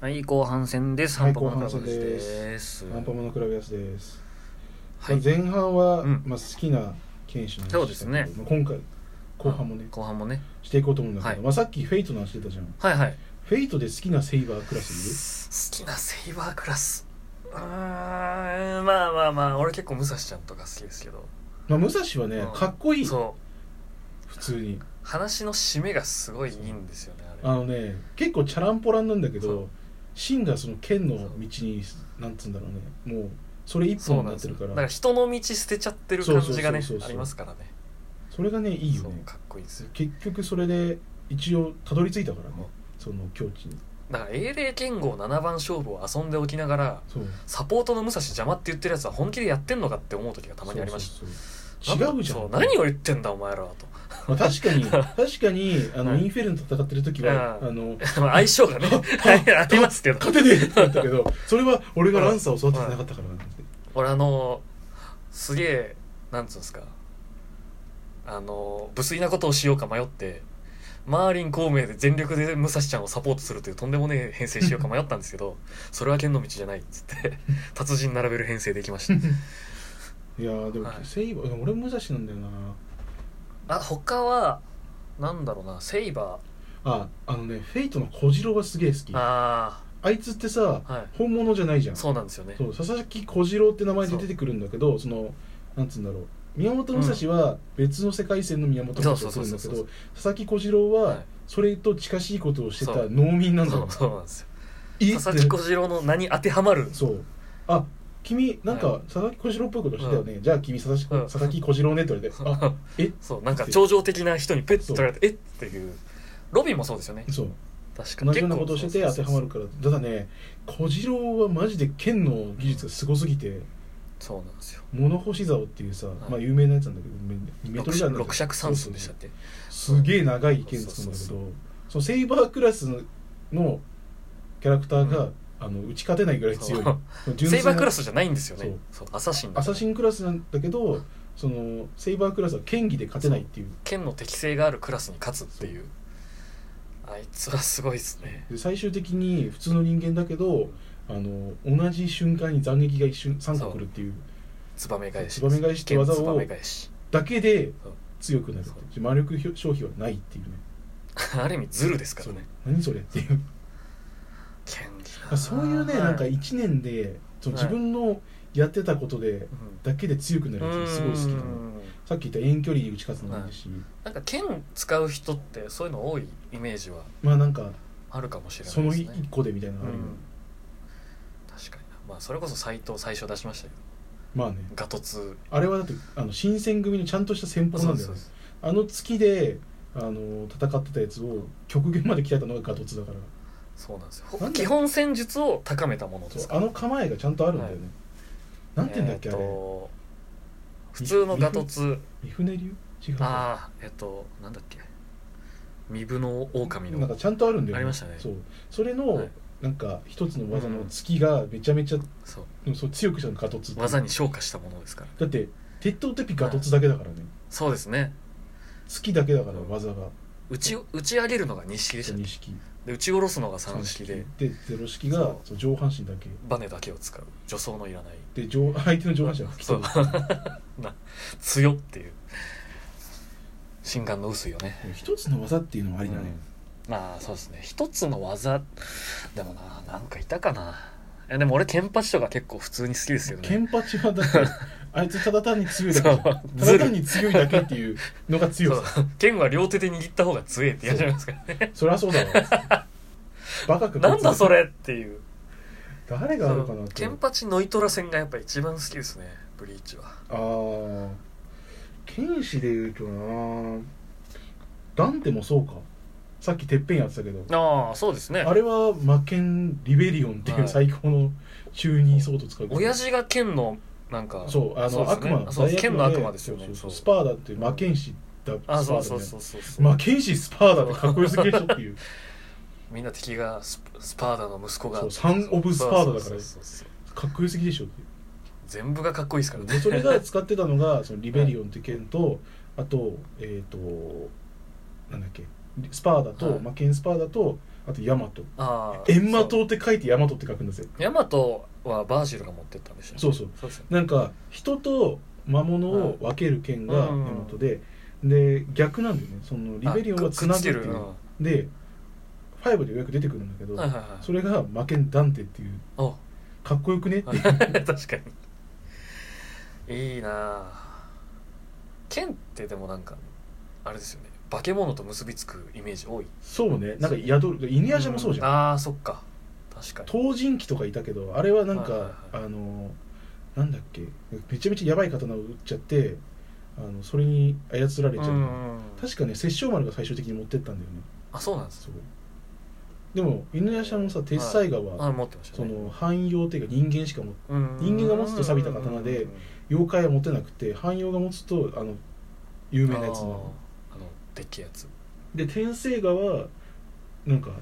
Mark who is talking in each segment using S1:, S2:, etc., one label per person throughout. S1: はい、後半戦です。
S2: は
S1: ハ
S2: い
S1: ンパモノクラブ
S2: 後半戦です
S1: です。
S2: アンパモのクラブやすです、
S1: はい、
S2: 前半は、
S1: うん
S2: まあ、好きな剣士の話
S1: そうですね
S2: したけどまあ今回後半もね
S1: 後半もね。
S2: していこうと思うんだけど、
S1: はい
S2: まあ、さっきフェイトの話してたじゃん
S1: はいはい。好
S2: フェイトで好きなセイバークラス
S1: きなセイバークラス。うーん、まあまあまあ、俺結構武蔵ちゃんとか好きですけど。
S2: いる、まあ、武蔵はね、
S1: うん
S2: かっこいい普
S1: そう。
S2: 通に
S1: 話の締めがすごいいいんですよね、あ
S2: あ
S1: れ。
S2: のね結構チャランポランなんだけ
S1: そう
S2: どシンがその剣の道になんつうんだろうねもうそれ一
S1: そ
S2: 本
S1: う
S2: に
S1: なん
S2: なっ
S1: です
S2: てる
S1: よ。
S2: か
S1: だ
S2: ら
S1: か
S2: そ
S1: ら人の道捨てちゃってる感じがね
S2: そうそうそうそう、そう
S1: ありますからね。
S2: れがねいいよ
S1: そう
S2: ね
S1: かっこいいですよ。
S2: 結局それで一応たどり着いたからね、
S1: うん
S2: その境地に
S1: だから英霊剣豪7番勝負を遊んでおきながら、
S2: そう
S1: サポートの武蔵邪魔って言ってるやつは本気でやってんのかって思う時がたまにありました。
S2: そうそう
S1: な
S2: そう違うじゃん
S1: そう何を言ってんだお前らはと。
S2: まあ、確かに確かにあの、
S1: はい
S2: インフェルノと戦ってる時は、
S1: うん
S2: あの
S1: まあ相性 がねありますけど
S2: 勝てねえってなったけどそれは俺がランサーを育ててなかったからなんて
S1: 俺あのすげえなんつうんですかあの無粋なことをしようか迷ってマーリン孔明で全力で武蔵ちゃんをサポートするというとんでもねえ編成しようか迷ったんですけ どそれは剣の道じゃないっつって達人並べる編成できました
S2: いやーでも、
S1: はい
S2: セイバー俺武蔵なんだよな
S1: あ他はなんだろうなセイバ
S2: ああのねフェイトの小次郎がすげえ好き
S1: ー
S2: あ
S1: あ
S2: いつってさ
S1: あはい
S2: 本物じゃないじゃん
S1: そうなんですよね
S2: そう佐々木小次郎って名前で出てくるんだけどそのなんつうんだろう宮本武蔵は別の世界線の宮本武蔵をするんだけ
S1: そうそうそうそうそ
S2: ど佐々木小次郎
S1: はい
S2: はそれと近しいことをしてた
S1: そう
S2: 農民なんだ
S1: そ
S2: よ
S1: うそうなんですよ
S2: いいっ
S1: 佐
S2: て
S1: 々木小次郎の名に当てはまる
S2: そうあ君なん
S1: は
S2: か佐々木小次郎っぽいことしてたよね、じゃあ君佐々木
S1: うん
S2: 佐々木小次郎ねって言われ てあえ
S1: そうなんか頂上的な人にペッと取られてえっっていうロビンもそうですよね
S2: そう
S1: 確か
S2: 同じようなことをしてて当てはまる
S1: 結構
S2: からただね小次郎はマジで剣の技術がすごすぎて
S1: そうそうそうそうなんですよ
S2: 物干し竿っていうさ、
S1: い
S2: まあ有名なやつなんだけどめ2メートルぐらいの
S1: 六尺三寸でしたっけ
S2: すげえ長い剣使うんだけど
S1: そ
S2: そうのセイバークラスのキャラクターが、
S1: うん
S2: あの打ち勝てないぐらい強い
S1: そう
S2: 純
S1: セ
S2: 粋
S1: イ
S2: な
S1: バークラスじゃないんですよねそうアサシンだ
S2: アサシンクラスなんだけどそのセイバークラスは剣技で勝てないっていう
S1: 剣の適性があるクラスに勝つっていうあいつはすごいですね
S2: で最終的に普通の人間だけどあの同じ瞬間に斬撃が一瞬3個来るっていう
S1: ツバメ返し
S2: ツバメ返しって
S1: 剣
S2: 技を
S1: ツバメ返し
S2: だけで
S1: そう
S2: 強くなるっていう魔力消費はないっていうね
S1: ある意味ズルですからね
S2: そう何それっていう
S1: 剣技
S2: あそういうね
S1: は
S2: なんか1年でその
S1: はい
S2: 自分のやってたことで
S1: うん
S2: だけで強くなるやつがすごい好きだね
S1: うん
S2: さっき言った遠距離で打ち勝つのもいいし、
S1: なんか剣使う人ってそういうの多いイメージは
S2: まあなんか
S1: あるかもしれない
S2: そ
S1: で
S2: の
S1: すね
S2: 1個でみたいなの
S1: う
S2: があるよね、
S1: ん、確かになまあそれこそ斎藤最初出しましたけど
S2: まあね
S1: ガトツ
S2: あれはだってあの新選組のちゃんとした戦法なんだよねあの月であの戦ってたやつを極限まで鍛えたのがガトツだから
S1: そうなんですよ
S2: なんで
S1: 基本戦術を高めたもので
S2: そ
S1: す
S2: うあの構えがちゃんとあるんだよね、
S1: は
S2: なんて言うんだっけ、
S1: えー
S2: あれ
S1: と普通のガトツ
S2: 三船流違うな
S1: ああえっとなんだっけ身分の狼
S2: なん
S1: の
S2: かちゃんとあるんだよね
S1: ありましたね
S2: そうそれの、
S1: はい
S2: なんか一つの技の月がめちゃめちゃ、
S1: そう
S2: うんそう強くしたのガトツっていう
S1: 技に昇華したものですから
S2: だって鉄塔テピガトツだけだからね、
S1: そうですね
S2: 月だけだから技が
S1: 打ち打ち上げるのが錦でしたね
S2: 二式
S1: で打ち下ろすのが三式で
S2: でゼロ式が
S1: そう
S2: そう上半身だけ
S1: バネだけを使う助走のいらない
S2: で上相手の上半身は吹き
S1: そう
S2: 飛ぶ
S1: な強っていう心眼の薄いよね
S2: 一つの技っていうのもありだね、
S1: まあそうですね一つの技でもななんかいたかないやでも俺ケンパチとか結構普通に好きですけど
S2: ケ
S1: ね
S2: ンパチはだって あいつただ単に強いだけ
S1: そう
S2: ただ
S1: ずる
S2: 単に強いだけっていうのが強
S1: そ
S2: さ
S1: う剣は両手で握った方が強いってやつじゃないですかね
S2: そりゃそう だわバカか
S1: なんだそれ
S2: れ
S1: っていう
S2: 誰があるかなって
S1: ケンパチノイトラ戦がやっぱ一番好きですねブリーチは
S2: あー剣士で言うとなダンテもそうかさっきてっぺんやってたけど
S1: ああそうですね
S2: あれは魔剣リベリオンってい
S1: はいう
S2: 最高の中二ソード使う
S1: 親父が剣のなんか
S2: そうあの
S1: そうです
S2: 悪
S1: ね
S2: 魔の
S1: そう
S2: 大
S1: 剣の悪魔ですよね
S2: そうそう
S1: そう
S2: スパーダっていう魔剣士だ
S1: あ
S2: スパーダ
S1: そ
S2: ね
S1: うそうそうそうそう
S2: 魔剣士スパーダってかっこよすぎでしょっていう
S1: みんな敵がススパーダの息子が
S2: そうサンオブスパーダだからね
S1: そうそうそう
S2: かっこよすぎでしょっていう
S1: 全部がかっこいいですからね
S2: でそれが使ってたのがそのリベリオンっていう剣とあとえっ、となんだっけスパーダと、
S1: はい
S2: 魔剣スパーダとあとヤマト
S1: ああ
S2: エンマトって書いてヤマトって書くんですよ
S1: ヤマトはバージルが持ってったんでしょ
S2: そうそう
S1: そうですよね
S2: なんか人と魔物を分ける剣がヤ
S1: はいうん
S2: マトで、で逆なんだよねそのリベリオンはつなぐってい
S1: あくっつける
S2: うで5でようやく出てくるんだけど、
S1: うんはい はいはい
S2: それが魔剣ダンテっていう
S1: あは
S2: かっこよくねっていう、
S1: い 確かにいいなあ剣ってでもなんかあれですよね化け物と結びつくイメージ多い
S2: そうねなんか宿るイニアシャもそうじゃん、
S1: ああそっか確かに
S2: 東神記とかいたけどあれはなんか、
S1: はいはい
S2: あのなんだっけめちゃめちゃやばい刀を打っちゃってあのそれに操られちゃう、
S1: うん
S2: 確かね殺生丸が最終的に持ってったんだよね
S1: あそうなんです
S2: そうでも犬屋社のさ鉄斎画は、
S1: あ持ってました
S2: そ
S1: ね
S2: の汎用っていうか人間しかも
S1: うん
S2: 人間が持つと錆びた刀で妖怪は持てなくて汎用が持つとあの有
S1: 有
S2: 名なやつなの
S1: あのでっけえやつ
S2: で天聖画はなんか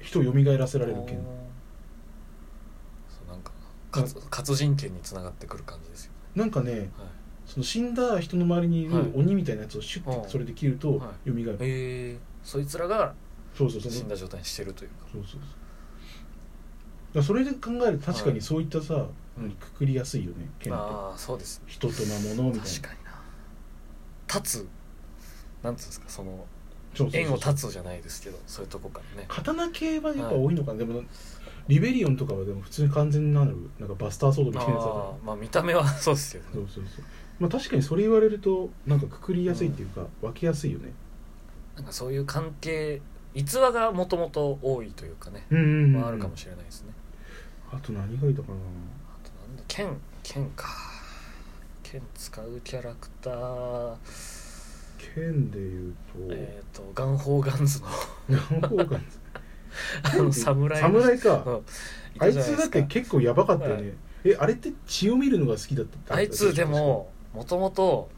S2: 人を蘇らせられる
S1: おー
S2: 剣
S1: そうなんか活活人剣につながってくる感じですよ
S2: なんかね
S1: はい
S2: その死んだ人の周りにい
S1: はい
S2: る鬼みたいなやつをシュッ
S1: う
S2: て
S1: ん
S2: それで切ると
S1: は
S2: 蘇る、
S1: へえそいつらが
S2: そうそうそう
S1: 死
S2: そ
S1: ん
S2: う
S1: だ状態にしてるというか
S2: そうそうだからそれで考えると確か
S1: は
S2: に
S1: い
S2: そういったさ、
S1: うん
S2: くくりやすいよね剣って
S1: ああそうですね
S2: 人と魔物みたいな
S1: 確かにな立つなんつうんですかその
S2: そうそうそう
S1: 縁を立つじゃないですけどそういうとこからね
S2: 刀系はやっぱ多いのかな、でもリベリオンとかはでも普通に完全になるなんかバスターソードみ
S1: あ
S2: たいなやつだから
S1: あまあ見た目はそうですよね
S2: そうそうそうまあ確かにそれ言われるとなんかくくりやすいっていうか、分けやすいよね
S1: なんかそういう関係逸話がもともと多いというかね
S2: うんうん、
S1: まああるかもしれないですね
S2: あと何がいたかな
S1: あとなんだ剣剣か剣使うキャラクター
S2: 剣で言うと、
S1: えっとガンホーガンズの
S2: 何方か
S1: あの侍の
S2: 侍か、
S1: うん
S2: あ
S1: た
S2: い
S1: じゃな
S2: つ
S1: で
S2: だっ
S1: すか
S2: て結構やばかったよね、
S1: は
S2: えあれって血を見るのが好きだったって
S1: あいつでももともと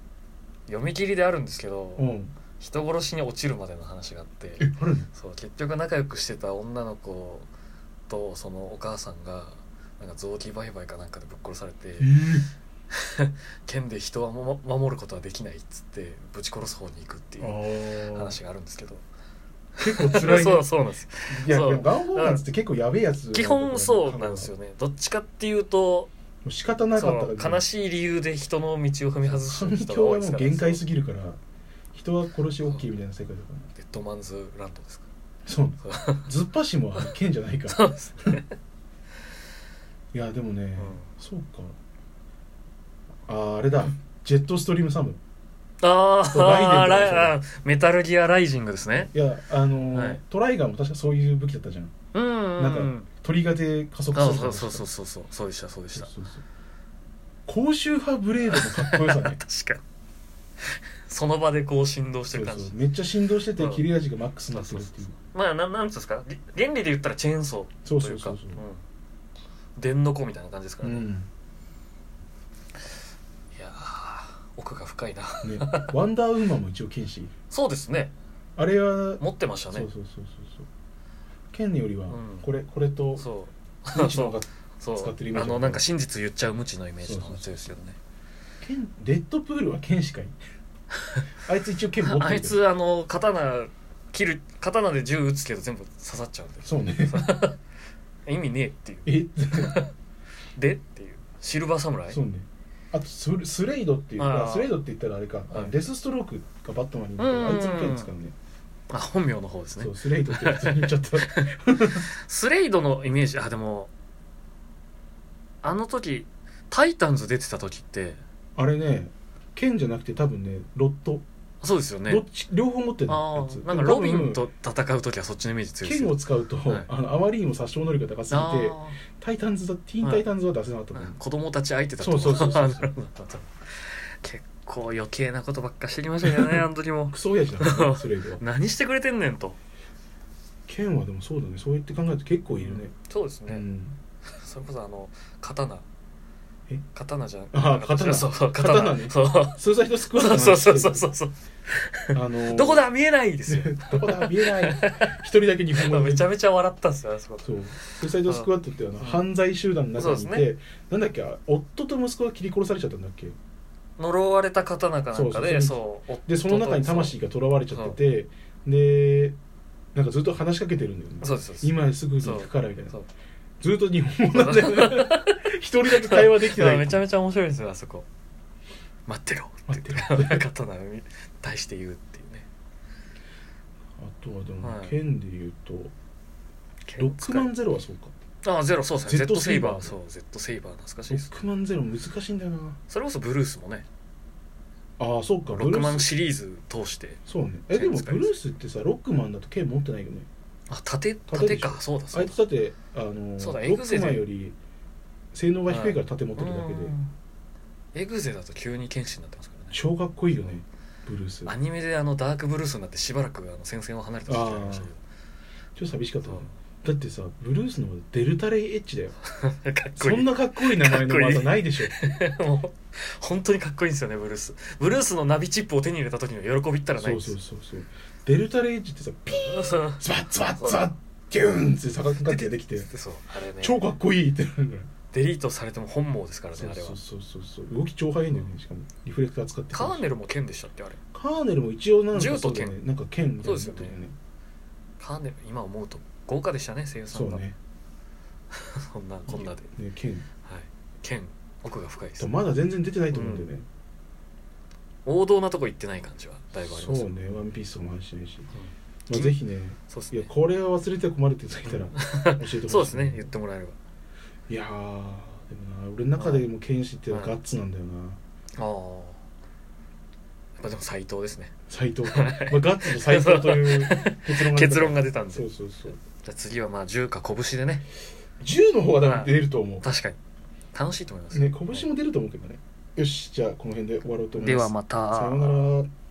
S1: 読み切りであるんですけど、
S2: うん
S1: 人殺しに落ちるまでの話があって
S2: えあるの
S1: そう結局仲良くしてた女の子とそのお母さんがなんか臓器売買かなんかでぶっ殺されて
S2: えー
S1: 剣で人はも守ることはできないっつってぶち殺す方に行くっていう
S2: あー
S1: 話があるんですけど
S2: 結構辛いね
S1: そうそうなんです
S2: いや
S1: そう
S2: でもガンホーガンズって結構やべえやつ
S1: 基本そうなんですよねどっちかっていうと
S2: もう仕方な
S1: そ
S2: かった
S1: の悲しい理由で人の道を踏み外す
S2: 環
S1: 人が
S2: 境
S1: 多
S2: はい
S1: で
S2: も
S1: す
S2: う
S1: から
S2: 限界す
S1: そう
S2: ぎるから人は殺し OK みたいな世界だから
S1: デッドマンズランドですか
S2: そう
S1: そう
S2: ずっぱしもあれ剣じゃないか
S1: そうですね、
S2: いやでもね、
S1: うん
S2: そうかあーあれだジェットストリームサム
S1: あー
S2: そうライデンと
S1: あ
S2: かそう
S1: ライあメタルギアライジングですね
S2: いやあのー
S1: はい
S2: トライガーも確かそういう武器だったじゃん
S1: うんうんうん
S2: なん鳥がで加速
S1: あ
S2: する
S1: そうそうそううそうそうそうでしたそうでした
S2: そうそう高周波ブレードのかっこよさ ね
S1: 確かにその場でこう振動してる感
S2: そう
S1: じ
S2: そうめっちゃ振動してて
S1: うん
S2: 切れ味がマックスになってるっていう
S1: まあなんなんつうんですかり原理で言ったらチェーンソ
S2: そう
S1: ーと
S2: そ
S1: いううか
S2: そううんそう
S1: 電の子みたいな感じですか
S2: う
S1: らね、
S2: ん
S1: いやー奥が深いな
S2: ね、ワンダーウーマンも一応剣士
S1: そうですね
S2: あれは
S1: 持ってました
S2: そう
S1: ね
S2: そうそうそうそう剣よりは
S1: うん
S2: これ、これと
S1: そう
S2: 無知の方が
S1: そう
S2: 使ってるイメー
S1: あ
S2: ジあ
S1: の
S2: る
S1: なんか真実言っちゃう無知のイメージの方が強いですよね
S2: 剣レッドプールは剣し かいあいつ一応剣持ってる
S1: あい
S2: けど
S1: つあの刀切る刀で銃撃つけど全部刺さっちゃうんで
S2: そ うね
S1: 意味ねえっていう
S2: え
S1: でっていうシルバー侍
S2: そうねあとスレスレイドっていう
S1: あ
S2: か
S1: ー
S2: スレイドって言ったらあれか、あ
S1: はい
S2: デスストロークがバットマンにいるけ
S1: うん
S2: ど
S1: うん
S2: あ
S1: うん
S2: いつも剣使うね
S1: あ本名の方ですね
S2: そうスレイドって普通に言っちゃった
S1: スレイドのイメージあでもあの時タイタンズ出てた時って
S2: あれね剣じゃなくて多分ねロット、
S1: そうですよ
S2: ど
S1: ね
S2: っち両方持ってる
S1: あ
S2: の
S1: あ
S2: やつ
S1: なんかロビンと戦う時はそっちのイメージ強いです
S2: 剣
S1: よ
S2: を使うと、
S1: はい
S2: あのあまりにも殺傷能力が高すぎて
S1: あ
S2: タイタンズだティーンタイタンズは出せなかった
S1: あ
S2: と思う、
S1: 子供たち相手だと
S2: そうそうそうそう
S1: なるほど結構余計なことばっかしてきましたけどねあの時も
S2: クソ親父だからねスレイ ドは
S1: 何してくれてんねんと
S2: 剣はでもそうだねそう言って考えると結構いるね、
S1: そうです
S2: うん
S1: ね、それこそあの刀
S2: え
S1: 刀じゃん
S2: あ刀
S1: そうそう刀刀、
S2: 刀ね
S1: そう
S2: スーサイドスクワッ
S1: そ
S2: ト
S1: うそうそうそうそう
S2: あのー
S1: どこだ見えないですよ
S2: どこだ見 えない一人だけ日本語
S1: めちゃ
S2: め
S1: め
S2: ち
S1: ちゃ笑ったんですよあそこ
S2: そうスーサイドスクワットってあの
S1: うん
S2: 犯罪集団の中にい
S1: そう
S2: て、
S1: で
S2: なんだっけ夫と息子が切り殺されちゃったんだっけ
S1: 呪われた刀かなんかで
S2: そう
S1: そう
S2: でその中に魂が囚われちゃっててでなんかずっと話しかけてるんだよね
S1: そうですそうです
S2: 今すぐに行くからみたいな
S1: そう
S2: ずっと日本語なんだよ ね一人だけ会話できて
S1: だか
S2: な
S1: らめ
S2: い
S1: ちゃめちゃ面白いですよあそこ待ってろ
S2: 待ってろ
S1: 親方なのに対して言うっていうね
S2: あとはでも、
S1: はい
S2: 剣で言うとロ
S1: 剣
S2: ック
S1: 使い
S2: マンゼロはそうか
S1: あゼロそうですね
S2: Z
S1: Z セイバー
S2: セイ
S1: そう Z セイバー懐かしい
S2: ロ
S1: です
S2: ックマンゼロ難しいんだよな
S1: それこそブルースもね
S2: ああそうか
S1: ロックマ
S2: ブ
S1: ン
S2: ルース
S1: シリーズ通して
S2: そうねえで
S1: 剣
S2: も
S1: 使
S2: ブ
S1: いです
S2: ルースってさロックマンだと剣持ってないよね
S1: あ縦
S2: 盾
S1: 縦
S2: でしょ
S1: かそうだそ
S2: あ
S1: う
S2: い
S1: だ
S2: つだってあの
S1: そうだ
S2: ロ
S1: エグゼで
S2: ックマンより性能が低いから盾持ってるだけで
S1: うんエグゼだと急に剣士になってますからね
S2: 超かっこいいよねブルース
S1: アニメであのダークブルースになってしばらくあの戦線を離れた時期がありました
S2: 超寂しかっ
S1: け
S2: た
S1: ど
S2: ねだってさブルースのデルタレイエッジだよ
S1: そうかっこい
S2: そ
S1: い
S2: んなかっこいい名前の
S1: かっこいい
S2: 技ない でしょ
S1: もう本当にかっこいいんですよねブルースブルースのナビチップを手に入れた時の喜びったらな
S2: そ
S1: いうです
S2: そうそうそうデルタレイエッジってさピ ッ
S1: そう
S2: ズバッズバッズバッギューンって逆掛けできて
S1: そうあれね
S2: 超かっこいいってなるぐらい
S1: デリートされても本望ですからね
S2: そう
S1: あれは
S2: そうそうそうそう動き超速いんだよねしかもリフレクター使ってるし
S1: カーネルも剣でしたっけあれ
S2: カーネルも一応なんか
S1: 銃と
S2: そうだ
S1: 剣
S2: ねなんか剣みたいなの持ってるよね
S1: カーネル今思うと豪華でしたね声優さ
S2: そ
S1: ん
S2: う
S1: が
S2: ね
S1: そんなこんなで、はい、
S2: ね剣
S1: 剣奥が深いで
S2: だから
S1: す
S2: まだ全然出てないと思うんだよね
S1: 王道なとこ行ってない感じはだいぶあります
S2: そうねワンピースも話してないしまあ
S1: 君
S2: ぜひね
S1: そうです
S2: いや
S1: ね
S2: これは忘れては困るって人がいたら教えてほし い
S1: そうですね言ってもらえれば
S2: いやーでもな俺の中でも剣士ってガッツなんだよな
S1: ああやっぱでも斎藤ですね
S2: 斎藤 か、まあ、ガッツと斎藤という結論が出た
S1: 結論が出たんで
S2: そう
S1: じ
S2: そうそう
S1: ゃあ次はまあ銃か拳でね
S2: 銃の方が多分出ると思う
S1: 確かに楽しいと思います
S2: ね拳も出ると思うけどねよしじゃあこの辺で終わろうと思い
S1: で
S2: ます
S1: はまた
S2: さようなら